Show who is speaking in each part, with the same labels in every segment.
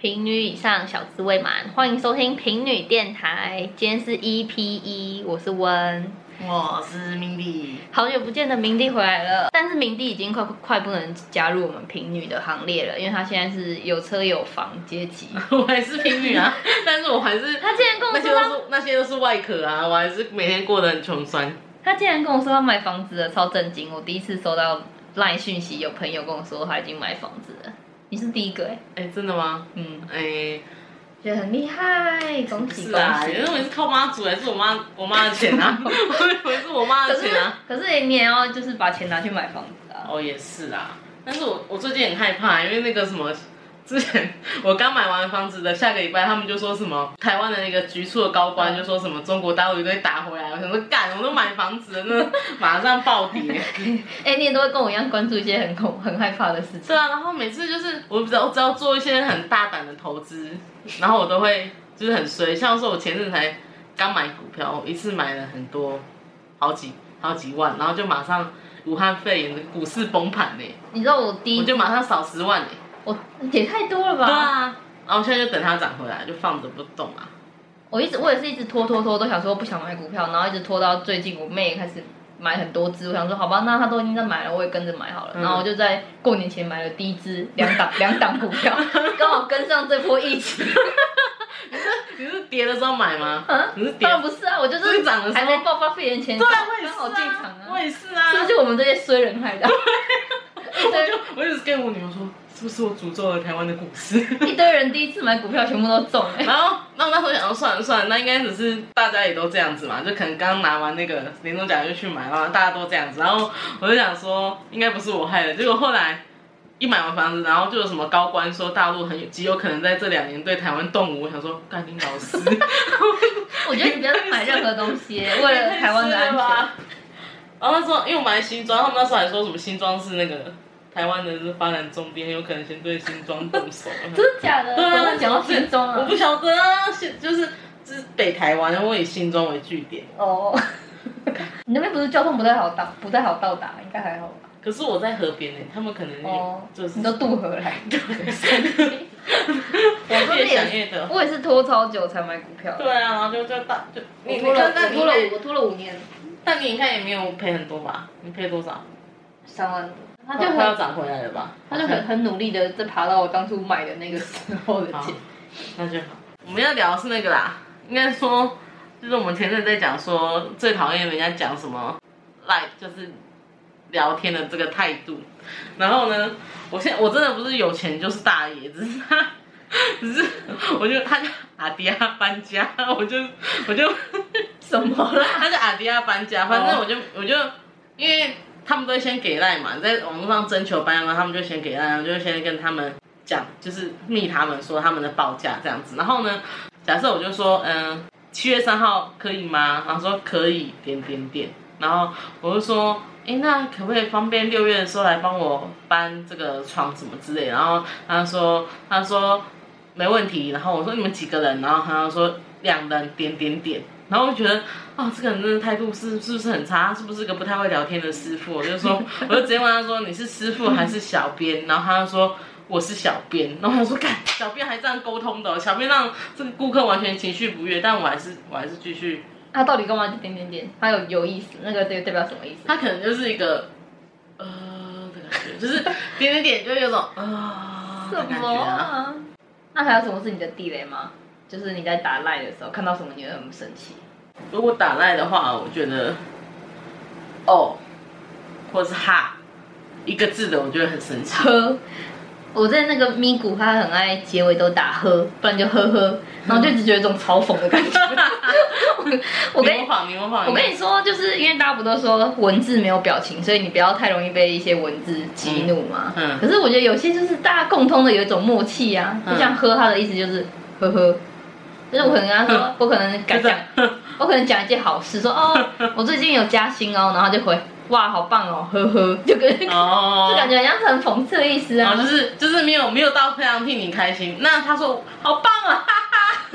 Speaker 1: 平女以上小资未满，欢迎收听平女电台。今天是 EP 一，我是温，
Speaker 2: 我是明丽，
Speaker 1: 好久不见的明帝回来了，但是明帝已经快快不能加入我们平女的行列了，因为他现在是有车有房阶 级。
Speaker 2: 我还是平女啊， 但是我还是
Speaker 1: 他竟然跟我
Speaker 2: 那些
Speaker 1: 说他，
Speaker 2: 都是那些都是外壳啊，我还是每天过得很穷酸。
Speaker 1: 他竟然跟我说他买房子了，超震惊！我第一次收到赖讯息，有朋友跟我说他已经买房子了，你是第一个哎、
Speaker 2: 哎、真的吗？
Speaker 1: 嗯，
Speaker 2: 哎、
Speaker 1: 觉得很厉害，恭喜
Speaker 2: 是
Speaker 1: 恭
Speaker 2: 啊，
Speaker 1: 喜
Speaker 2: 因！为我是靠妈煮，还是我妈我妈的钱 啊？我是我妈
Speaker 1: 可
Speaker 2: 的
Speaker 1: 是
Speaker 2: 钱啊。
Speaker 1: 可是你也要就是把钱拿去买房子啊。
Speaker 2: 哦，也是啊，但是我我最近很害怕，因为那个什么。之前我刚买完房子的，下个礼拜他们就说什么台湾的那个局处的高官就说什么中国大陆一堆打回来，我想说干，我都买房子了，那马上暴跌。
Speaker 1: 哎、你也都会跟我一样关注一些很恐、很害怕的事情。
Speaker 2: 对啊，然后每次就是我只要我只要做一些很大胆的投资，然后我都会就是很衰。像是我前阵子才刚买股票，我一次买了很多，好几好几万，然后就马上武汉肺炎的股市崩盘呢、
Speaker 1: 你知道我第
Speaker 2: 我
Speaker 1: 一，
Speaker 2: 就马上少十万呢、
Speaker 1: 我也太多了吧？
Speaker 2: 对啊，然后现在就等它涨回来，就放着不动 啊。
Speaker 1: 我一直我也是一直拖拖拖，都想说不想买股票，然后一直拖到最近，我妹也开始买很多只，我想说好吧，那她都已经在买了，我也跟着买好了。
Speaker 2: 嗯
Speaker 1: 然后我就在过年前买了第一只两档两档股票，刚好跟上这波疫情。
Speaker 2: 你是跌的时候买吗？
Speaker 1: 啊
Speaker 2: 你是跌
Speaker 1: 当？然不是啊，我就是
Speaker 2: 最涨的时
Speaker 1: 还
Speaker 2: 候
Speaker 1: 没爆发肺炎前，
Speaker 2: 对啊，我也
Speaker 1: 刚好进
Speaker 2: 是
Speaker 1: 场
Speaker 2: 啊，我
Speaker 1: 啊，
Speaker 2: 也是啊。
Speaker 1: 是不是我们这些衰人害的？ 一
Speaker 2: 我
Speaker 1: 堆
Speaker 2: 就我一直跟我女儿说，是不是我诅咒了台湾的股市？
Speaker 1: 一堆人第一次买股票，全部都中哎、
Speaker 2: 然后，那我那时候想说，算了算了，那应该只是大家也都这样子嘛，就可能刚拿完那个年终奖就去买，然后大家都这样子。然后我就想说，应该不是我害的。结果后来一买完房子，然后就有什么高官说大陆很有极有可能在这两年对台湾动武，我想说，干你老师，
Speaker 1: 我觉得你不要再买任何东 西、 为了台湾的安
Speaker 2: 太衰了
Speaker 1: 全
Speaker 2: 吧。然后那时候因为我买新庄，他们那时候还说什么新庄是那个台湾的是发展重点，很有可能先对新庄动手。我想说
Speaker 1: 真的假的？
Speaker 2: 对
Speaker 1: 怎
Speaker 2: 啊
Speaker 1: 么，讲到心中
Speaker 2: 我
Speaker 1: 啊
Speaker 2: 不？晓得啊，现就是就是北台湾，然后我以新庄为据点。
Speaker 1: 哦， 你那边不是交通不太好到，不太好到达，应该还好吧？
Speaker 2: 可是我在河边呢，他们可能
Speaker 1: 哦
Speaker 2: 也，嗯就是、
Speaker 1: 你都渡河来，
Speaker 2: 我
Speaker 1: 真的
Speaker 2: 越
Speaker 1: 也
Speaker 2: 想越得。
Speaker 1: 我也是拖超久才买股票的，
Speaker 2: 对啊，然后就就大就你
Speaker 1: 我
Speaker 2: 你
Speaker 1: 拖了我
Speaker 2: 看，但你
Speaker 1: 拖了
Speaker 2: 看
Speaker 1: 我拖了五年，
Speaker 2: 但你应该也没有赔很多吧？你赔多少？
Speaker 1: 三万多，他就
Speaker 2: 快快要
Speaker 1: 很
Speaker 2: 涨回来了吧？
Speaker 1: 他就很很努力的在爬到我当初买的那个时候的
Speaker 2: 好
Speaker 1: 钱。，
Speaker 2: 那就好。我们要聊的是那个啦，应该说就是我们前阵在讲说最讨厌人家讲什么 live 就是聊天的这个态度。然后呢，我现在我真的不是有钱就是大爷，只是他。 只是，我就他叫阿迪亚搬家，我就我就
Speaker 1: 什么啦？
Speaker 2: 他是阿迪亚搬家，反正
Speaker 1: 哦
Speaker 2: 我就、我就因为他们都会先给赖嘛，在网络上征求搬家嘛，他们就先给赖，我就先跟他们讲，就是密他们说他们的报价这样子。然后呢，假设我就说，嗯、七月三号可以吗？然后说可以，点点点。然后我就说，哎，那可不可以方便六月的时候来帮我搬这个床什么之类的？然后他说，他说没问题。然后我说你们几个人？然后他就说两人，点点点。然后我就觉得，哦，这个人真的态度是是不是很差？是不是个不太会聊天的师傅？我就说，我就直接问他说，你是师傅还是小编？然后他就说我是小编。然后我就说，干，小编还这样沟通的哦、小编让这个顾客完全情绪不悦，但我还是我还是继续。
Speaker 1: 他到底干嘛？点点点，他有有意思，那个代代表什么意思？
Speaker 2: 他可能就是一个，呃的感觉，就是点点点，就有种啊、的
Speaker 1: 什
Speaker 2: 感
Speaker 1: 么
Speaker 2: 觉啊。
Speaker 1: 啊？那还有什么是你的地雷吗？就是你在打赖的时候看到什么你会很生气？
Speaker 2: 如果打赖的话，我觉得哦，或是哈，一个字的，我就会很生气。
Speaker 1: 呵，我在那个咪咕，他很爱结尾都打呵，不然就呵呵，然后就一直觉得有种嘲讽的感 觉。 我
Speaker 2: 你
Speaker 1: 跟
Speaker 2: 模仿，你模仿，
Speaker 1: 我跟你说，就是因为大家不都说文字没有表情，所以你不要太容易被一些文字激怒嘛。
Speaker 2: 嗯嗯
Speaker 1: 可是我觉得有些就是大家共通的有一种默契啊，
Speaker 2: 嗯
Speaker 1: 就像呵，他的意思就是呵呵。就是我可能跟他
Speaker 2: 嗯
Speaker 1: 说，我可能敢讲，我可能讲一件好事，说哦， 我最近有加薪哦，然后他就回哇，好棒哦，呵呵，就跟、就
Speaker 2: 哦
Speaker 1: 感。觉好像是很讽刺的意思
Speaker 2: 然
Speaker 1: 啊。
Speaker 2: 后就是就是没有没有到非常替你开心，那他说好棒啊， 哈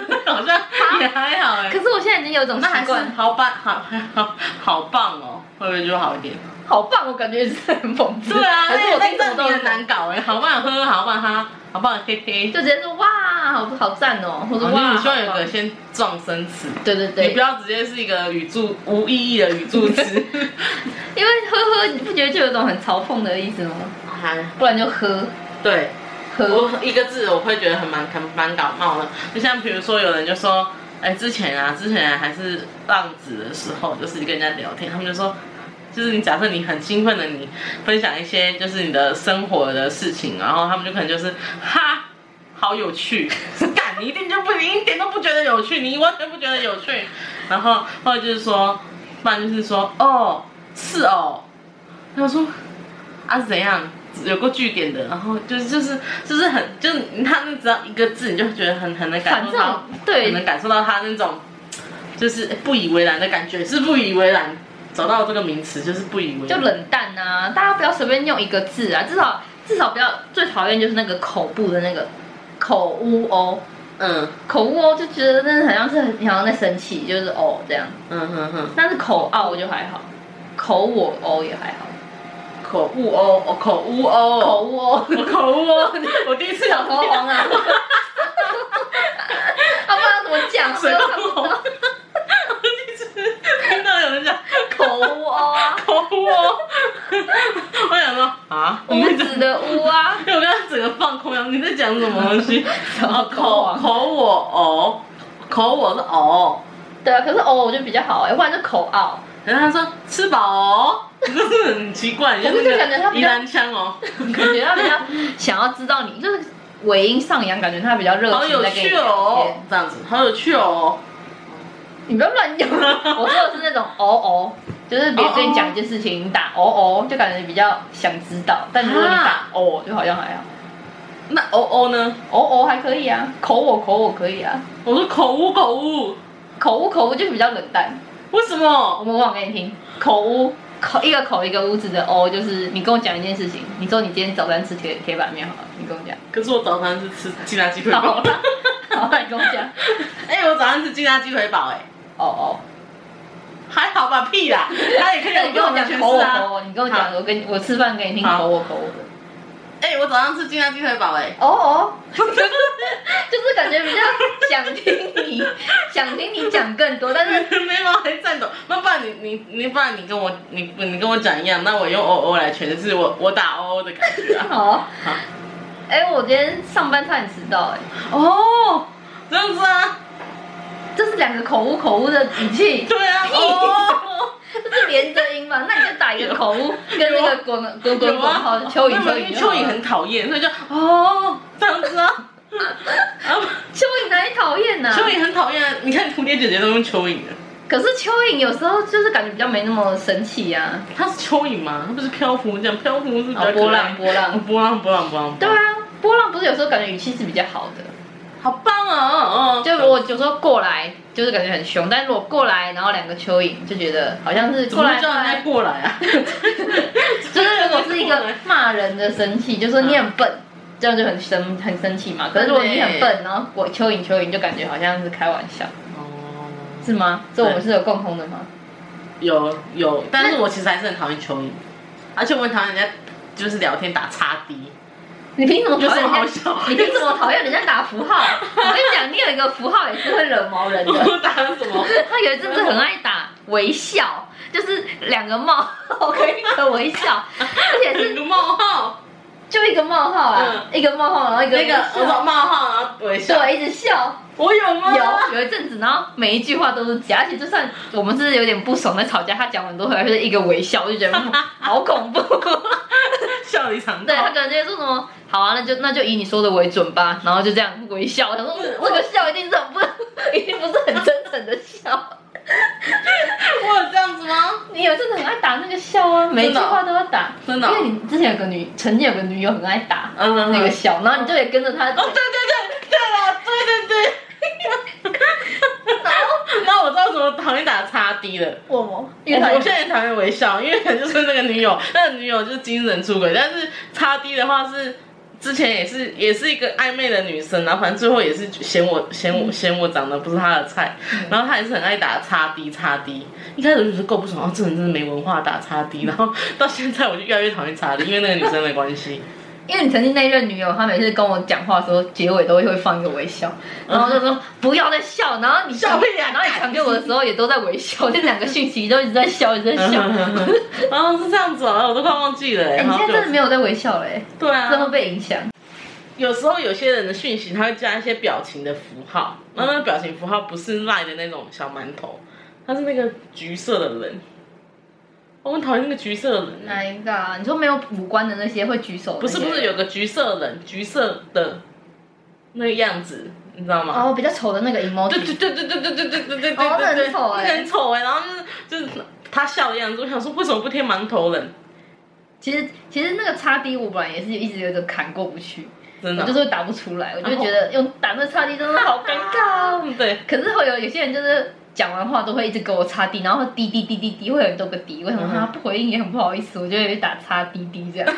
Speaker 2: 哈，好像也还好哎、
Speaker 1: 可是我现在已经有一种
Speaker 2: 那还
Speaker 1: 习
Speaker 2: 是
Speaker 1: 惯，
Speaker 2: 好棒，好好好棒哦，会不会就好一点？
Speaker 1: 好棒，我感觉是很讽刺。
Speaker 2: 对啊，
Speaker 1: 可是我
Speaker 2: 那
Speaker 1: 听
Speaker 2: 这
Speaker 1: 不懂
Speaker 2: 样很难搞哎，好棒喝，好棒哈，好棒嘿嘿。
Speaker 1: 就直接说哇，哇，好好赞哦，或者
Speaker 2: 哦
Speaker 1: 哇，
Speaker 2: 你希望
Speaker 1: 好
Speaker 2: 有
Speaker 1: 棒
Speaker 2: 个先撞声词，
Speaker 1: 对对
Speaker 2: 你
Speaker 1: 对
Speaker 2: 不，要直接是一个语助无意义的语助词。
Speaker 1: 因为呵呵，你不觉得就有种很嘲讽的意思吗？不然就呵
Speaker 2: 对，
Speaker 1: 呵，
Speaker 2: 我一个字我会觉得很蛮很蛮感冒的，就像比如说有人就说，哎、之前啊，之前还是浪子的时候，就是跟人家聊天，他们就说，就是你假设你很兴奋的，你分享一些就是你的生活的事情，然后他们就可能就是哈。好有趣， 干你一定就不，你一点都不觉得有趣，你完全不觉得有趣。然后后来就是说，不然就是说，哦，是哦。他说，啊是怎样，有个据点的，然后就是就是就是很就是他那只要一个字，你就觉得很很能感
Speaker 1: 反
Speaker 2: 受
Speaker 1: 正
Speaker 2: 到，很能
Speaker 1: 对
Speaker 2: 感受到他那种就是不以为然的感觉，是不以为然。找到这个名词就是不以为
Speaker 1: 就
Speaker 2: 然，
Speaker 1: 冷淡啊，大家不要随便用一个字啊，至少至少不要最讨厌就是那个口部的那个口乌哦，
Speaker 2: 嗯
Speaker 1: 口乌哦就觉得真的好像是很你好像在生气，就是哦这样，
Speaker 2: 嗯哼哼，
Speaker 1: 但是口傲我就还好，口我哦也还好，
Speaker 2: 口误哦，哦口误哦，
Speaker 1: 口乌哦。
Speaker 2: 我口误哦，我第一次
Speaker 1: 小
Speaker 2: 想
Speaker 1: 头
Speaker 2: 说
Speaker 1: 黄啊，啊，不然怎么讲？
Speaker 2: 水
Speaker 1: 我
Speaker 2: 口红，我 第一次听到有人讲
Speaker 1: 口乌哦 啊，
Speaker 2: 口误哦，我想说啊，我
Speaker 1: 屋
Speaker 2: 们这
Speaker 1: 子的屋啊，
Speaker 2: 因为我刚刚整个放空了，你在讲什么 东西？
Speaker 1: 什么
Speaker 2: 哦，口
Speaker 1: 口
Speaker 2: 口我哦，口我是哦。
Speaker 1: 对啊，可是哦，我觉得比较好哎、不然就口傲，
Speaker 2: 然后他说吃饱哦，就是很奇怪，
Speaker 1: 可是就感觉他比较
Speaker 2: 宜兰腔哦，
Speaker 1: 感觉他比较想要知道你，就是尾音上扬，感觉他比较热
Speaker 2: 好
Speaker 1: 情
Speaker 2: 有
Speaker 1: 在跟你
Speaker 2: 趣
Speaker 1: 聊
Speaker 2: 哦
Speaker 1: 天。，
Speaker 2: 这样子好有趣哦。
Speaker 1: 你不要乱 用，我说的是那种哦哦，就是别人跟你讲一件事情，你打哦哦，就感觉比较想知
Speaker 2: 啊
Speaker 1: 道，但如果你打哦，就好像还好，
Speaker 2: 那哦哦呢？
Speaker 1: 哦哦还可以啊，口我口我可以啊，
Speaker 2: 我说口误口误，
Speaker 1: 口误口误就是比较冷淡。
Speaker 2: 为什
Speaker 1: 我
Speaker 2: 么？
Speaker 1: 模仿给你听，口屋口一个口一个屋子的哦，就是你跟我讲一件事情，你说你今天早餐吃铁铁板面好了，你跟我讲，
Speaker 2: 可是我早餐是吃鸡蛋鸡腿
Speaker 1: 好
Speaker 2: 堡，
Speaker 1: 啦，好啦，你跟我讲，
Speaker 2: 哎、我早餐吃鸡蛋鸡腿堡、哎，
Speaker 1: 哦哦，
Speaker 2: 还好吧，屁啦，他也可以
Speaker 1: 那
Speaker 2: 有
Speaker 1: 你跟我
Speaker 2: 不同的
Speaker 1: 讲啊
Speaker 2: 诠
Speaker 1: 口我口
Speaker 2: 释啊。
Speaker 1: 我，你跟我讲，我跟你我吃饭给你听
Speaker 2: 好
Speaker 1: 口我口我的，
Speaker 2: 哎、
Speaker 1: 啊
Speaker 2: 我早上吃鸡蛋鸡腿堡、 哎，
Speaker 1: 哦哦，就是感觉比较想听你 想听你讲更多，但是
Speaker 2: 眉毛还颤抖。那不然你你你不然你跟我你你跟我讲一样，那我用哦哦来诠释我我打哦哦的感觉 啊。
Speaker 1: 好，
Speaker 2: 好
Speaker 1: 哎、我今天上班差点迟到、哎，
Speaker 2: 哦，这样子啊，
Speaker 1: 这是两个口误口误的语气。
Speaker 2: 对啊， 哦，
Speaker 1: 就是连着音嘛，那你就打一个口误，跟那个滚滚滚滚
Speaker 2: 有
Speaker 1: 好
Speaker 2: 啊，
Speaker 1: 蚯蚓蚯
Speaker 2: 没有因为
Speaker 1: 蚓
Speaker 2: 蚯蚓很讨厌，所以就哦这样子 啊。然后
Speaker 1: 蚯蚓哪里讨厌呢？
Speaker 2: 蚯蚓啊很讨厌啊，你看蝴蝶姐姐都用蚯蚓的，
Speaker 1: 可是蚯蚓有时候就是感觉比较没那么啊生气呀，
Speaker 2: 它是蚯蚓吗？它不是漂浮，这样漂浮是比较
Speaker 1: 哦
Speaker 2: 可爱
Speaker 1: 波浪，波
Speaker 2: 哦
Speaker 1: 浪，
Speaker 2: 波浪波浪波浪，
Speaker 1: 对，啊，波浪不是有时候感觉语气是比较好的，
Speaker 2: 好棒哦，哦，
Speaker 1: 就如果有时候过来就是感觉很凶，但如果过来然后两个蚯蚓就觉得好像是
Speaker 2: 怎
Speaker 1: 过
Speaker 2: 么
Speaker 1: 来
Speaker 2: 会叫人家过来啊？
Speaker 1: 就是如果是一个骂人的生气，就说你很笨。这样就很生很生气嘛。可是如果你很笨，然后我蚯蚓蚯蚓，就感觉好像是开玩笑，
Speaker 2: 哦，
Speaker 1: 是吗？这我们是有共通的吗？
Speaker 2: 有有，但是我其实还是很讨厌蚯蚓，而且我很讨厌人家就是聊天打叉 D，
Speaker 1: 你凭什么
Speaker 2: 有
Speaker 1: 讨
Speaker 2: 什
Speaker 1: 厌
Speaker 2: 么好
Speaker 1: 人家？
Speaker 2: 笑？
Speaker 1: 你凭什么讨厌人家打符号？我跟你讲，你有一个符号也是会惹毛人的。
Speaker 2: 我打了什么？
Speaker 1: 哦他有一阵子很爱打微笑，就是两个 冒号跟一个微笑，而且
Speaker 2: 一
Speaker 1: 是
Speaker 2: 个冒号，
Speaker 1: 就一个冒号啊，一个冒号，然后一个
Speaker 2: 那个我说
Speaker 1: 笑
Speaker 2: 冒号，然后微笑，啊
Speaker 1: 对，一直笑。
Speaker 2: 我有吗？
Speaker 1: 有有一阵子，然后每一句话都是假，而且就算我们是有点不爽在吵架，他讲完都回来就是一个微笑，我就觉得嗯好恐怖。
Speaker 2: 笑里藏刀
Speaker 1: 对。他可能就说什么，好啊，那就那就以你说的为准吧，然后就这样微笑。我想说，嗯这个笑一定是很不， 一定不是很真诚的笑。
Speaker 2: 我有这样子吗？
Speaker 1: 你哎有真的很爱打那个笑啊，每一句话都要打，
Speaker 2: 真的哦
Speaker 1: 因为你之前有个女，曾经有个女友很爱打
Speaker 2: 嗯，
Speaker 1: 那个笑，然后你就也跟着她，
Speaker 2: 哦，对对对对啦，对对 对。那我知道怎么讨厌打叉 D 了。
Speaker 1: 我吗？因为她
Speaker 2: 我现在也讨厌微笑，因为 就是那个女友，那个女友就是精神出轨，但是差 D 的话是之前也是也是一个暧昧的女生，然后反正最后也是嫌我嫌
Speaker 1: 嗯
Speaker 2: 我嫌我长得不是她的菜，然后她也是很爱打叉 D 叉 D，一开始我就觉得够不爽，哦，这人真的没文化打叉 D，然后到现在我就越来越讨厌叉 D，因为那个女生的关系，
Speaker 1: 因为你曾经那一任女友，她每次跟我讲话的时候，结尾都会放一个微笑，然后就说不要再嗯笑，然后你
Speaker 2: 笑屁啊
Speaker 1: 然后你传给我的时候也都在微笑，这两个讯息都一直在笑，一直 在笑。
Speaker 2: 哦，是这样子哦，我都快忘记了。
Speaker 1: 哎、你
Speaker 2: 好
Speaker 1: 现在
Speaker 2: 久
Speaker 1: 真的没有在微笑了、欸，
Speaker 2: 对啊，
Speaker 1: 真的被影响。
Speaker 2: 有时候有些人的讯息，他会加一些表情的符号，然后那个表情符号不是赖的那种小馒头，它是那个橘色的人。我很讨厌那个橘色的人啊，
Speaker 1: 哪一个啊？你说没有五官的那些会举手的
Speaker 2: 不
Speaker 1: 那些
Speaker 2: 是
Speaker 1: 人？
Speaker 2: 不是有个橘色人，橘色的那个样子，你知道吗？
Speaker 1: 哦，比较丑的那个 emoji。
Speaker 2: 对对对对对对对对对对对，
Speaker 1: 哦那很
Speaker 2: 对
Speaker 1: 丑欸
Speaker 2: 那个很丑哎，然后就是就是他笑的样子，我想说为什么不贴馒头人？
Speaker 1: 其实其实那个叉 D 我本来也是一直有一个坎过不去，
Speaker 2: 真
Speaker 1: 我
Speaker 2: 的
Speaker 1: 就是会打不出来，我就觉得用打那叉 D 真的好尴尬哦。
Speaker 2: 嗯对，
Speaker 1: 可是会有有些人就是讲完话都会一直给我叉 D，然后滴滴滴滴滴会有很多个滴，为什么
Speaker 2: 嗯哼
Speaker 1: 他啊不回应也很不好意思，我就会打叉滴滴这样，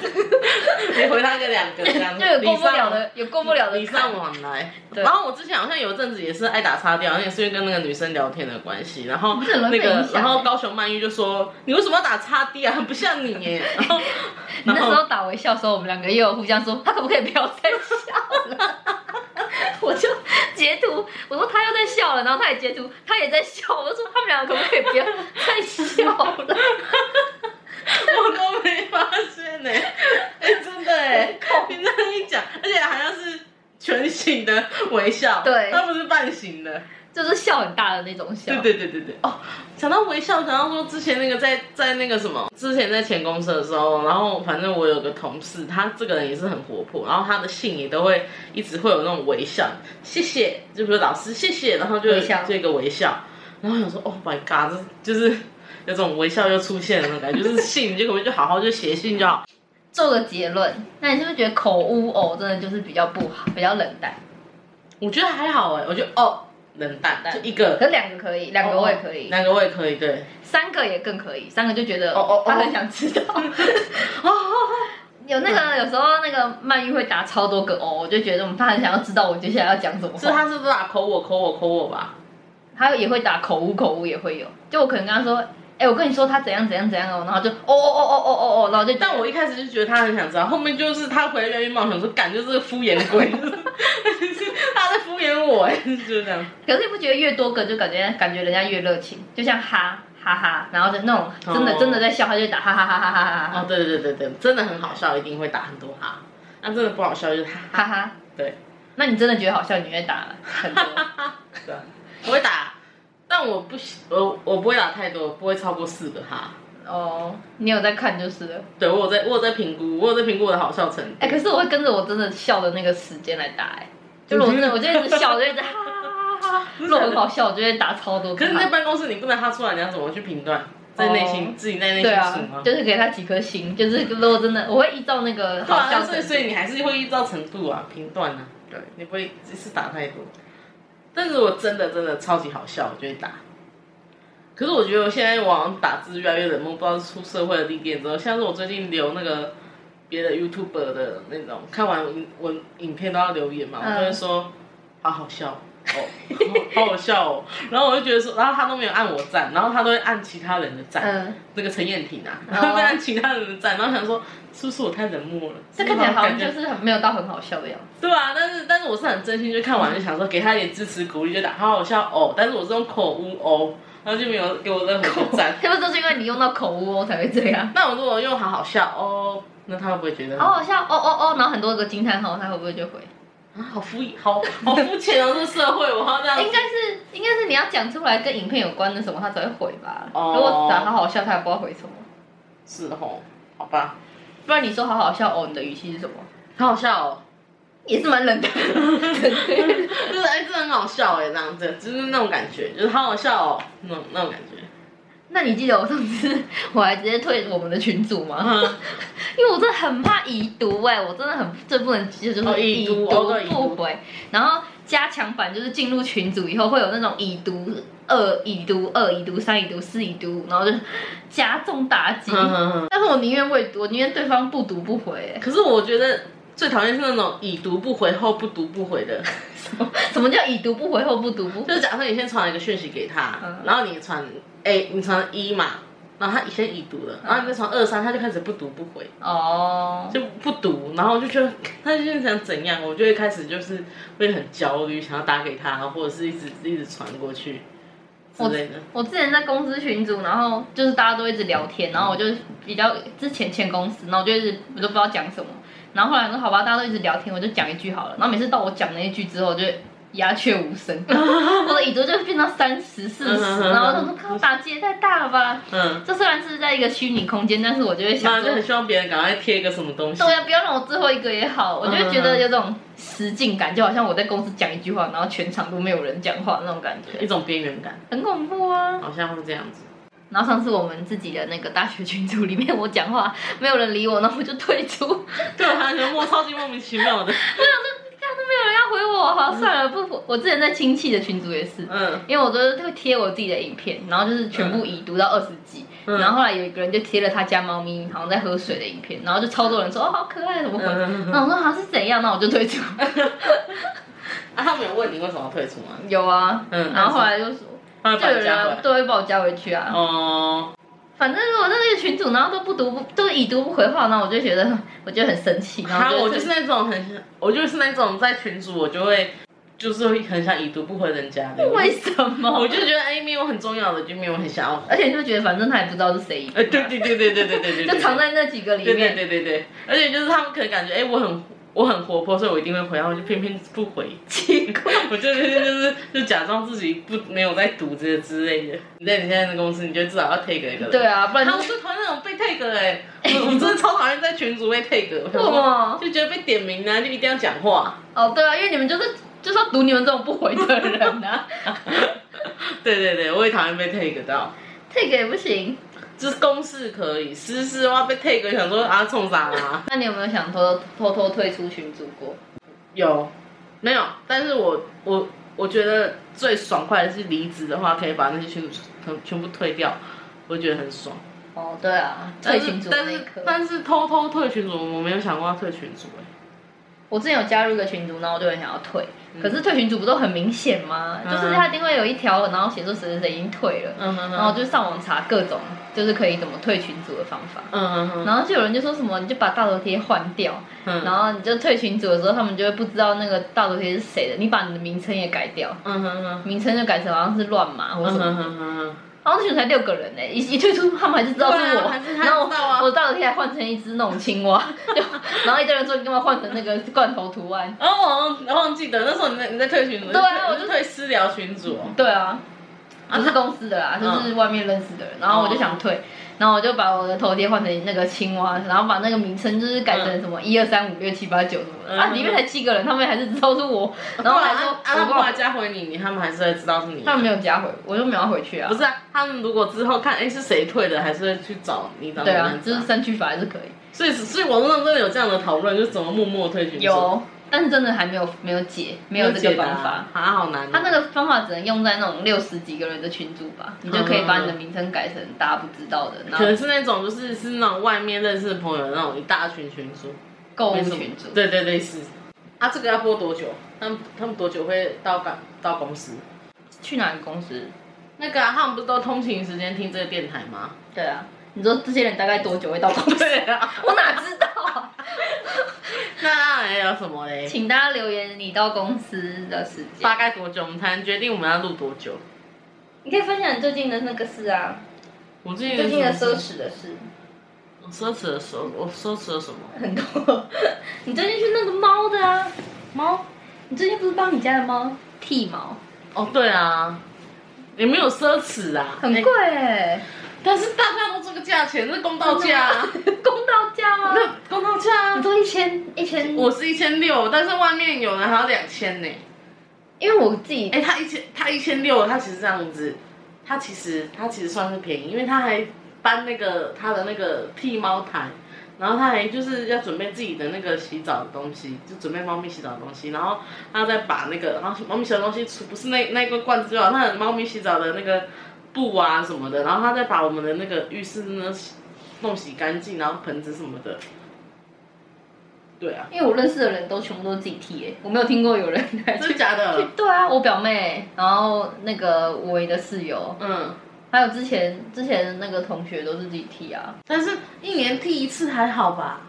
Speaker 2: 你回他个两个这 样，
Speaker 1: 就有过不了
Speaker 2: 礼尚
Speaker 1: 的有过不了的
Speaker 2: 礼
Speaker 1: 坎
Speaker 2: 尚。往来。
Speaker 1: 对
Speaker 2: 然后我之前好像有一阵子也是爱打叉掉，好像也是因为跟那个女生聊天的关系。然后
Speaker 1: 你很容易
Speaker 2: 那
Speaker 1: 被
Speaker 2: 个
Speaker 1: 影，响欸
Speaker 2: 然后高雄曼玉就说：“你为什么要打叉 D 啊？很不像你耶。”然后，
Speaker 1: 那
Speaker 2: 然
Speaker 1: 时
Speaker 2: 后
Speaker 1: 候打微笑的时候，我们两个又有互相说，他可不可以不要再笑了？我就截图，我说他又在笑了，然后他也截图，他也在笑，我就说他们两个可不可以不要再笑了？
Speaker 2: 我都没发现呢。哎，真的哎，你这样一讲，而且好像是全醒的微笑，
Speaker 1: 对
Speaker 2: 它不是半醒的。
Speaker 1: 就是笑很大的那种笑
Speaker 2: 对。对对对对哦，想到微笑，想到说之前那个在在那个什么，之前在前公司的时候，然后反正我有个同事，他这个人也是很活泼，然后他的信也都会一直会有那种微笑，谢谢，就比如老师谢谢，然后就
Speaker 1: 微笑
Speaker 2: 这个微笑，然后我想说，Oh my god，这就是有种微笑又出现了那种感觉，就是信，就可能就好好就写信就好。
Speaker 1: 做个结论，那你是不是觉得口污偶真的就是比较不好，比较冷淡？
Speaker 2: 我觉得还好哎，我觉得哦，冷淡，
Speaker 1: 淡
Speaker 2: 就一个，
Speaker 1: 可两个可以，两个我也可以，
Speaker 2: 两个我也可以，对。
Speaker 1: 三个也更可以，三个就觉得
Speaker 2: 哦哦哦
Speaker 1: 他很想知 道。
Speaker 2: 哦
Speaker 1: 有那
Speaker 2: 嗯
Speaker 1: 个有时候那个曼玉会打超多个哦，我就觉得嗯他很想要知道我接下来要讲什么
Speaker 2: 所以
Speaker 1: 话。
Speaker 2: 他是不是打口我口我口我吧？
Speaker 1: 他也会打口误口误也会有，就我可能跟他说，哎、我跟你说他怎样怎样怎样哦，然后就哦哦哦哦哦哦哦，然后就觉得
Speaker 2: 但我一开始就觉得他很想知道，后面就是他回来越来越冒险，说感就是 个敷衍鬼，就是他在敷衍我， 哎，就是这样。
Speaker 1: 可是你不觉得越多个就感觉感觉人家越热情，就像哈哈哈，然后就那种真的、
Speaker 2: 哦
Speaker 1: 真的在笑，他就打哈哈哈哈哈哈哈
Speaker 2: 哦，对对对对对，真的很好笑，一定会打很多哈。那真的不好笑就是哈哈，
Speaker 1: 哈哈。
Speaker 2: 对，
Speaker 1: 那你真的觉得好笑，你会打很多。
Speaker 2: 对啊，我会打，但我不喜我我不会打太多，不会超过四个哈。
Speaker 1: 哦，你有在看就是了。
Speaker 2: 对我有在我有在评估，我有在评估我的好笑程度。
Speaker 1: 哎、可是我会跟着我真的笑的那个时间来打、哎，就是我真
Speaker 2: 嗯
Speaker 1: 的我就一直笑，我 就一直
Speaker 2: 哎
Speaker 1: 哈哈哈哈，如果很好笑，我就会打超多个哈。
Speaker 2: 可是你在办公室你不能哈出来，你要怎么去评断？在内心、
Speaker 1: 哦
Speaker 2: 自己在内心
Speaker 1: 对
Speaker 2: 数
Speaker 1: 啊
Speaker 2: 吗，？
Speaker 1: 就是给他几颗星，就是如果真的，我会依照那个
Speaker 2: 对
Speaker 1: 好
Speaker 2: 啊，
Speaker 1: 笑
Speaker 2: 所以
Speaker 1: 程
Speaker 2: 所以
Speaker 1: 度。
Speaker 2: 你还是会依照程度啊评断啊，
Speaker 1: 对，
Speaker 2: 你不会一次打太多。但是我真的真的超级好笑，我就会打。可是我觉得我现在网打字越来越冷漠，不知道是出社会的历练之后，像是我最近留那个别的 YouTuber 的那种，看完影我影片都要留言嘛，
Speaker 1: 嗯
Speaker 2: 我就会说好好笑哦，好好笑哦，然后我就觉得说，然后他都没有按我赞，然后他都会按其他人的赞，
Speaker 1: 嗯，
Speaker 2: 那个陈燕婷啊，
Speaker 1: 哦
Speaker 2: 然后被他其他人的赞，然后想说是不是我太冷漠了？
Speaker 1: 这看起来好像
Speaker 2: 是
Speaker 1: 就
Speaker 2: 不是
Speaker 1: 是很没有到很好笑的样子。
Speaker 2: 对啊，但是但是我是很真心，就看完就想说给他一点支持鼓励，就打好好笑哦，但是我是用口误哦，然后就没有给我任何的 赞。
Speaker 1: 是不是都是因为你用到口误哦才会这样？
Speaker 2: 那我如果用好好笑哦，那他会不会觉得
Speaker 1: 好好笑哦哦哦，然后很多个惊叹号，他会不会就回？
Speaker 2: 啊好敷衍，好好肤浅哦，这个社会我要这 样
Speaker 1: 应该是应该是你要讲出来跟影片有关的什么，他才会回吧。
Speaker 2: 哦
Speaker 1: 如果打好好笑，他也不知道回什么。
Speaker 2: 是哦，好吧，
Speaker 1: 不然你说好好笑哦，你的语气是什么？
Speaker 2: 好好笑哦，
Speaker 1: 也是蛮冷 淡的。
Speaker 2: 就是哎，这很好笑哎，这样子就是那种感觉，就是好好笑哦，那种那种感 觉。
Speaker 1: 那你记得我上次我还直接退我们的群组吗？
Speaker 2: 嗯，
Speaker 1: 因为我真的很怕已读哎、我真的很这不能接受，就
Speaker 2: 哦
Speaker 1: 是
Speaker 2: 已
Speaker 1: 已
Speaker 2: 读
Speaker 1: 读
Speaker 2: 哦对已
Speaker 1: 不
Speaker 2: 读
Speaker 1: 回。然后加强版就是进入群组以后会有那种已读二、已读二、已读三、已读四、已读五，然后就加重打击。
Speaker 2: 嗯嗯嗯
Speaker 1: 但是我宁愿未读，我宁愿对方不读不回、 欸。
Speaker 2: 可是我觉得最讨厌是那种已读不回后不读不回 的，
Speaker 1: 什么叫已读不回后不读不
Speaker 2: 就
Speaker 1: 回？
Speaker 2: 是假设你先传了一个讯息给他，
Speaker 1: 嗯
Speaker 2: 然后你传 A，你传一嘛，然后他先已读了，然后你再从二三他就开始不读不回，
Speaker 1: 哦，
Speaker 2: 就不读，然后我就觉得他现在想怎样，我就会开始就是会很焦虑，想要打给他，或者是一直一直传过去之类的。
Speaker 1: 我之前在公司群组，然后就是大家都一直聊天，然后我就比较之前前公司，然后我就一直我都不知道讲什么，然后后来说好吧，大家都一直聊天，我就讲一句好了，然后每次到我讲那一句之后，我就鸦雀无 声，我的椅子就变到三十四
Speaker 2: 嗯嗯
Speaker 1: 十，
Speaker 2: 嗯
Speaker 1: 然后我就说靠，打击也太大了吧。
Speaker 2: 嗯，
Speaker 1: 这虽然是在一个虚拟空间，但是我就会
Speaker 2: 妈
Speaker 1: 想
Speaker 2: 就
Speaker 1: 说
Speaker 2: 很，希望别人赶快贴一个什么东西
Speaker 1: 对。呀，啊不要让我最后一个也好，我就会觉
Speaker 2: 嗯
Speaker 1: 得有种实境感，就好像我在公司讲一句话，然后全场都没有人讲话那种感觉，
Speaker 2: 一种边缘感，
Speaker 1: 很恐怖啊。
Speaker 2: 好像会这样子。
Speaker 1: 然后上次我们自己的那个大学群组里面，我讲话没有人理我，然后我就退出，没
Speaker 2: 对，他觉得莫超级莫名其妙的。
Speaker 1: 有人要回我，好算了，不，我之前在亲戚的群组也是。
Speaker 2: 嗯，
Speaker 1: 因为我都是会贴我自己的影片，然后就是全部已读到二十几，
Speaker 2: 嗯
Speaker 1: 然后后来有一个人就贴了他家猫咪好像在喝水的影片，然后就超多人说哦好可爱，怎么回？
Speaker 2: 嗯
Speaker 1: 那我说好像是怎样，那我就退 出。
Speaker 2: 啊，他们有问你为什么要退出吗？
Speaker 1: 有啊，
Speaker 2: 嗯
Speaker 1: 然后后来就说，
Speaker 2: 他们
Speaker 1: 就
Speaker 2: 把
Speaker 1: 有
Speaker 2: 你加回
Speaker 1: 人
Speaker 2: 来。
Speaker 1: 都会把我加回去啊。
Speaker 2: 哦，
Speaker 1: 反正如果在那个群组，然后都不读不都已读不回话，那我就觉得我就很生气。然
Speaker 2: 他
Speaker 1: 后
Speaker 2: 我
Speaker 1: 就
Speaker 2: 就是那种很，我就是那种在群主我就会，就是会很想已读不回人家 的。
Speaker 1: 为什么？
Speaker 2: 我就觉得哎，没有很重要的就没有很想要回。
Speaker 1: 而且你就觉得反正他也不知道是谁已读
Speaker 2: 哎，对对对对对对对对，
Speaker 1: 就藏在那几个里
Speaker 2: 对对
Speaker 1: 面。
Speaker 2: 对对对，而且就是他们可能感觉哎，我很我很活泼，所以我一定会回，然后就偏偏不回。
Speaker 1: 奇怪，
Speaker 2: 我就天天就是就假装自己不没有在读这之类的。你在你现在的公司，你就至少要 take 一个人。
Speaker 1: 对啊，不然
Speaker 2: 然后
Speaker 1: 就
Speaker 2: 我最讨厌那种被 take 的哎、欸，我我真的超讨厌在群组被 take 的。我想
Speaker 1: 为什么
Speaker 2: 说就觉得被点名呢、啊，就一定要讲话。
Speaker 1: 哦对啊，因为你们就是就是要读你们这种不回的人 啊
Speaker 2: 对对对，我也讨厌被 take 到，
Speaker 1: ，take 也不行。
Speaker 2: 就是公事可以，私事的话被 take，想说啊冲啥啦？
Speaker 1: 那你有没有想偷偷偷退出群组过？
Speaker 2: 有，没有？但是我我我觉得最爽快的是离职的话，可以把那些群组全全部退掉，我觉得很爽。
Speaker 1: 哦，对啊，退
Speaker 2: 但
Speaker 1: 群
Speaker 2: 是
Speaker 1: 组的
Speaker 2: 但
Speaker 1: 那一
Speaker 2: 是
Speaker 1: 刻，
Speaker 2: 但是偷偷退群组，我没有想过要退群组哎、
Speaker 1: 我之前有加入一个群组，然后我就很想要退，
Speaker 2: 嗯
Speaker 1: 可是退群组不都很明显吗？
Speaker 2: 嗯
Speaker 1: 就是他一定会有一条，然后写说谁谁谁已经退了，
Speaker 2: 嗯哼
Speaker 1: 然后我就上网查各种就是可以怎么退群组的方法。
Speaker 2: 嗯哼
Speaker 1: 然后就有人就说什么，你就把大头贴换掉，
Speaker 2: 嗯
Speaker 1: 然后你就退群组的时候，他们就会不知道那个大头贴是谁的，你把你的名称也改掉，
Speaker 2: 嗯哼哼
Speaker 1: 名称就改成好像是乱码或
Speaker 2: 嗯
Speaker 1: 什么，
Speaker 2: 哼哼哼，
Speaker 1: 然后那群才六个人呢、一一退出他们还是知道是
Speaker 2: 对
Speaker 1: 我，
Speaker 2: 啊还是他
Speaker 1: 然后
Speaker 2: 知道啊
Speaker 1: 我我大头贴还换成一只那种青蛙，就然后一堆人说你干嘛换成那个罐头图案？
Speaker 2: 然后我忘忘记得那时候你在你在退群组，
Speaker 1: 对啊
Speaker 2: 你
Speaker 1: 我就
Speaker 2: 你退私聊群组哦，
Speaker 1: 对啊，
Speaker 2: 啊
Speaker 1: 不是公司的啦，
Speaker 2: 嗯
Speaker 1: 就是外面认识的人。然后我就想退，然后我就把我的头贴换成那个青蛙，然后把那个名称就是改成什么一二三五六七八九什么的。
Speaker 2: 嗯
Speaker 1: 啊，里面才七个人，他们还是知道是我。然后
Speaker 2: 对
Speaker 1: 来
Speaker 2: 啊
Speaker 1: 说，
Speaker 2: 啊他
Speaker 1: 我
Speaker 2: 们后来加回你，你他们还是会知道是你
Speaker 1: 他。们没有加回，我就没有要回去啊
Speaker 2: 不。是啊，他们如果之后看哎是谁退的，还是会去找你当
Speaker 1: 对
Speaker 2: 面
Speaker 1: 啊
Speaker 2: 问，
Speaker 1: 就
Speaker 2: 啊
Speaker 1: 是删去法还是可以。
Speaker 2: 所以所以网络上真的有这样的讨论，就是怎么默默退群组，
Speaker 1: 有，但是真的还没有没有解，没有这
Speaker 2: 解
Speaker 1: 个
Speaker 2: 答
Speaker 1: 方法。
Speaker 2: 啊，好难哦。
Speaker 1: 他那个方法只能用在那种六十几个人的群组吧，你就可以把你的名称改成大家不知道的，然
Speaker 2: 可
Speaker 1: 后
Speaker 2: 能是那种就是是那种外面认识的朋友那种一大群群组，
Speaker 1: 购物
Speaker 2: 没什么
Speaker 1: 哦群组。
Speaker 2: 对对类似。啊，这个要播多久？他们他们多久会到港到公司？
Speaker 1: 去哪个公司？
Speaker 2: 那个、啊、他们不是都通勤时间听这个电台吗？
Speaker 1: 对啊，你说这些人大概多久会到公司？
Speaker 2: 对啊，
Speaker 1: 我哪知道啊？
Speaker 2: 那那还有什么 嘞？
Speaker 1: 请大家留言你到公司的时间
Speaker 2: 大。概多久我们才能决定我们要录多久？
Speaker 1: 你可以分享你最近的那个事啊，
Speaker 2: 我最近
Speaker 1: 最近的
Speaker 2: 有什么
Speaker 1: 奢侈的事
Speaker 2: 我奢侈的时候，我奢侈了什么？
Speaker 1: 很多。 你最近去那个猫的啊，猫，你最近不是帮你家的猫剃毛，
Speaker 2: 哦，对啊，也没有奢侈啊，
Speaker 1: 很
Speaker 2: 哎
Speaker 1: 贵哎、
Speaker 2: 但是大家都这个价钱，是公道价、啊，
Speaker 1: 公道价吗？
Speaker 2: 那公道价、
Speaker 1: 你
Speaker 2: 啊。
Speaker 1: 说一千一千，
Speaker 2: 我是一千六，但是外面有人还要两千呢。
Speaker 1: 因为我自己
Speaker 2: 哎、他一千，他一千六，他其实这样子，他其实他其实算是便宜，因为他还搬那个他的那个剃猫台，然后他还就是要准备自己的那个洗澡的东西，就准备猫咪洗澡的东西，然后他再把那个，然后猫咪洗澡的东西除不是那那个罐子就好，他的猫咪洗澡的那个布啊什么的，然后他再把我们的那个浴室呢洗弄洗干净，然后盆子什么的，对啊，
Speaker 1: 因为我认识的人都全部都是自己剃、欸，我没有听过有人来
Speaker 2: 真的假的？
Speaker 1: 对啊，我表妹，然后那个我的室友，
Speaker 2: 嗯，
Speaker 1: 还还有之前之前那个同学都是自己剃啊，
Speaker 2: 但是一年剃一次还好吧？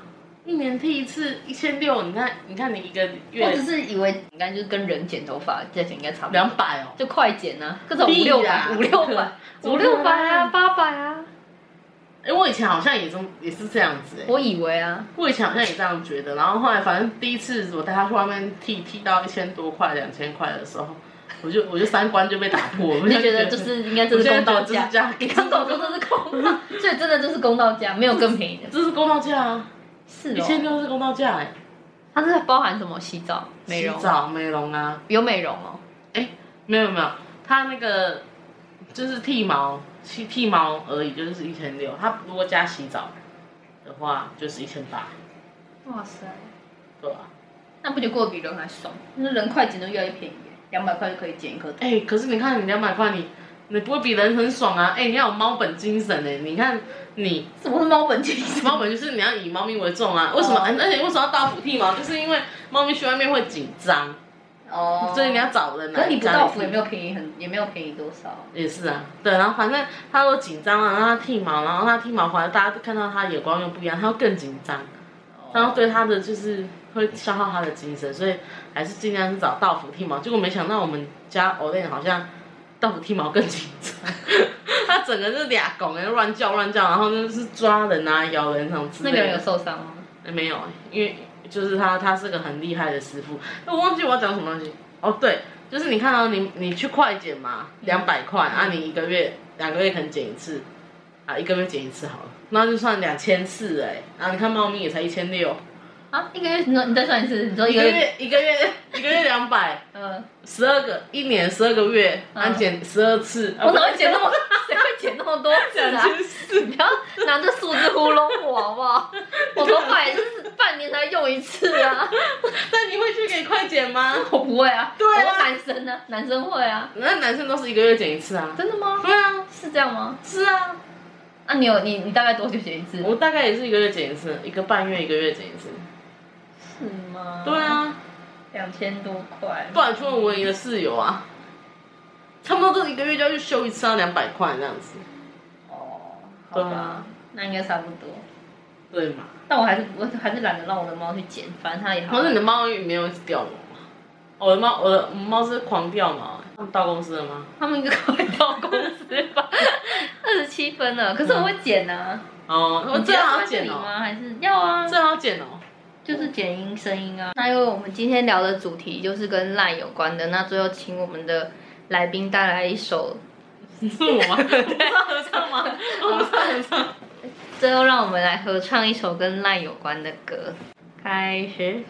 Speaker 2: 一年剃一次一千六，你看，你看你一个
Speaker 1: 我只
Speaker 2: 月
Speaker 1: 是以为应该就是跟人剪头发价钱应该差不多，
Speaker 2: 两百哦，
Speaker 1: 就快剪啊，各种五
Speaker 2: 屁啦
Speaker 1: 六百、五六 百、
Speaker 2: 怎么
Speaker 1: 五六百啊、
Speaker 2: 可能
Speaker 1: 八百啊，
Speaker 2: 哎、我以前好像也这么也是这样子哎、
Speaker 1: 我以为啊，
Speaker 2: 我以前好像也这样觉得，然后后来反正第一次我带他去外面剃，剃到一千多块、两千块的时候，我就我就三观就被打破，我
Speaker 1: 我就觉得就是应该这是公道
Speaker 2: 这是
Speaker 1: 价，
Speaker 2: 价，
Speaker 1: 你刚跟我说这是公 道，所以真的就是公道价，没有更便宜的。
Speaker 2: 这是公道价啊，
Speaker 1: 是
Speaker 2: 一千
Speaker 1: 哦，
Speaker 2: 六是公道价哎、
Speaker 1: 它是包含什么洗澡、美容
Speaker 2: 洗、澡美容啊，
Speaker 1: 有美容哦，
Speaker 2: 哎没有没有，他那个就是剃毛，剃剃毛而已，就是一千六。他如果加洗澡的话，就是一千八，
Speaker 1: 哇塞，
Speaker 2: 对吧、
Speaker 1: 那不就过得比人还爽？那人快剪都越来越便宜耶，两百块就可以剪一颗头。
Speaker 2: 哎、可是你看你两百块，你你不会比人很爽啊？哎、你要有猫本精神哎、你看你
Speaker 1: 什么是猫本精神？
Speaker 2: 猫本就是你要以猫咪为重啊。为什么？
Speaker 1: 哦
Speaker 2: 而且为什么要到府剃毛？就是因为猫咪去外面会紧张，
Speaker 1: 哦，
Speaker 2: 所以你要找人
Speaker 1: 可
Speaker 2: 来
Speaker 1: 是你不
Speaker 2: 家
Speaker 1: 到
Speaker 2: 里
Speaker 1: 府
Speaker 2: 剃
Speaker 1: 也没有便宜很，也没有便宜多少。
Speaker 2: 也是啊，对，然后反正他都紧张啊了，然后他剃毛，然后他剃毛回来，大家看到他眼光又不一样，他又更紧张，然
Speaker 1: 哦
Speaker 2: 后哦对他的就是会消耗他的精神，所以还是尽量是找道夫剃毛。结果没想到我们家欧练好像道夫剃毛更紧张，他整个就俩拱哎乱叫乱叫，然后就是抓人啊咬人那种之
Speaker 1: 那
Speaker 2: 类
Speaker 1: 个
Speaker 2: 的。
Speaker 1: 人有受伤吗？
Speaker 2: 哎没有欸，因为就是他，他是个很厉害的师傅。哎我忘记我要讲什么东西。哦，对，就是你看到、你你去快剪嘛，两百块啊，你一个月两个月可能剪一次，啊，一个月剪一次好了，那就算两千四哎，啊，你看猫咪也才一千六，
Speaker 1: 啊，一个月，你说你再算一次，你说
Speaker 2: 一
Speaker 1: 一
Speaker 2: 个
Speaker 1: 个月，
Speaker 2: 月一个月 一个月两百，
Speaker 1: 嗯，
Speaker 2: 十二个一年十二个月，啊，
Speaker 1: 嗯
Speaker 2: 剪十二次，啊
Speaker 1: 我哪会剪那么， 谁会剪那么多次
Speaker 2: 两
Speaker 1: 啊？
Speaker 2: 千四？
Speaker 1: 你不要拿这数字糊弄我好不 好？我头发也是半年才用一次啊，
Speaker 2: 那你会去给快剪吗？
Speaker 1: 我不会啊，
Speaker 2: 对啊
Speaker 1: 我是男生呢、男生会啊，
Speaker 2: 那男生都是一个月剪一次啊？
Speaker 1: 真的吗？
Speaker 2: 对啊，
Speaker 1: 是这样吗？
Speaker 2: 是啊，
Speaker 1: 啊，你有你你大概多久剪一次？
Speaker 2: 我大概也是一个月剪一次，一个半月一个月剪一次。
Speaker 1: 是吗？
Speaker 2: 对，啊，
Speaker 1: 两千多块，
Speaker 2: 不然去问文怡的室友啊，差不多都一个月就要去修一次，要啊两百块这样子，
Speaker 1: 哦，好
Speaker 2: 对啊
Speaker 1: 吧，那应该差不多。
Speaker 2: 对嘛？
Speaker 1: 但我还是我还是懒得让我的猫去剪，反正它也好
Speaker 2: 可。是你的猫也没有一直掉毛啊，我的猫我的猫是狂掉毛、欸，他们到公司了吗？
Speaker 1: 他们应该快到公司 吧？二十七分了，可是我会剪啊。
Speaker 2: 哦，我
Speaker 1: 你
Speaker 2: 这样
Speaker 1: 要
Speaker 2: 好剪
Speaker 1: 你
Speaker 2: 哦、
Speaker 1: 吗？还是要啊？
Speaker 2: 这样好剪哦、
Speaker 1: 就是剪音声音啊。那因为我们今天聊的主题就是跟赖有关的，那最后请我们的来宾带来一首，
Speaker 2: 是我吗？我是合唱吗？我不是合唱。
Speaker 1: 最后让我们来合唱一首跟赖有关的歌。开始。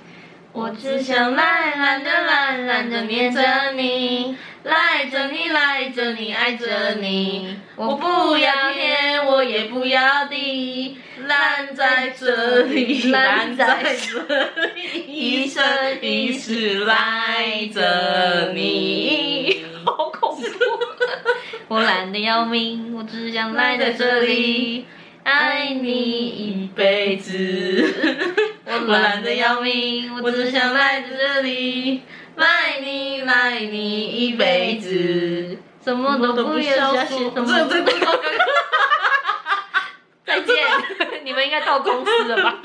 Speaker 1: 我只想懒懒的懒懒的黏着你，
Speaker 2: 赖着你，赖着你，爱着你。我不要天，我也不要地，烂在这里，
Speaker 1: 烂在
Speaker 2: 这里，一生一世赖
Speaker 1: 赖
Speaker 2: 着
Speaker 1: 着
Speaker 2: 你
Speaker 1: 你。 好恐怖！我懒得要命，我只想赖在这里，爱你一辈子。我懒得要命，我只想赖在这里，
Speaker 2: 赖你赖你一
Speaker 1: 一
Speaker 2: 辈
Speaker 1: 辈
Speaker 2: 子，
Speaker 1: 子，什么都不要相信，什么
Speaker 2: 这这
Speaker 1: 都
Speaker 2: 这
Speaker 1: 再见。你们应该到公司了吧？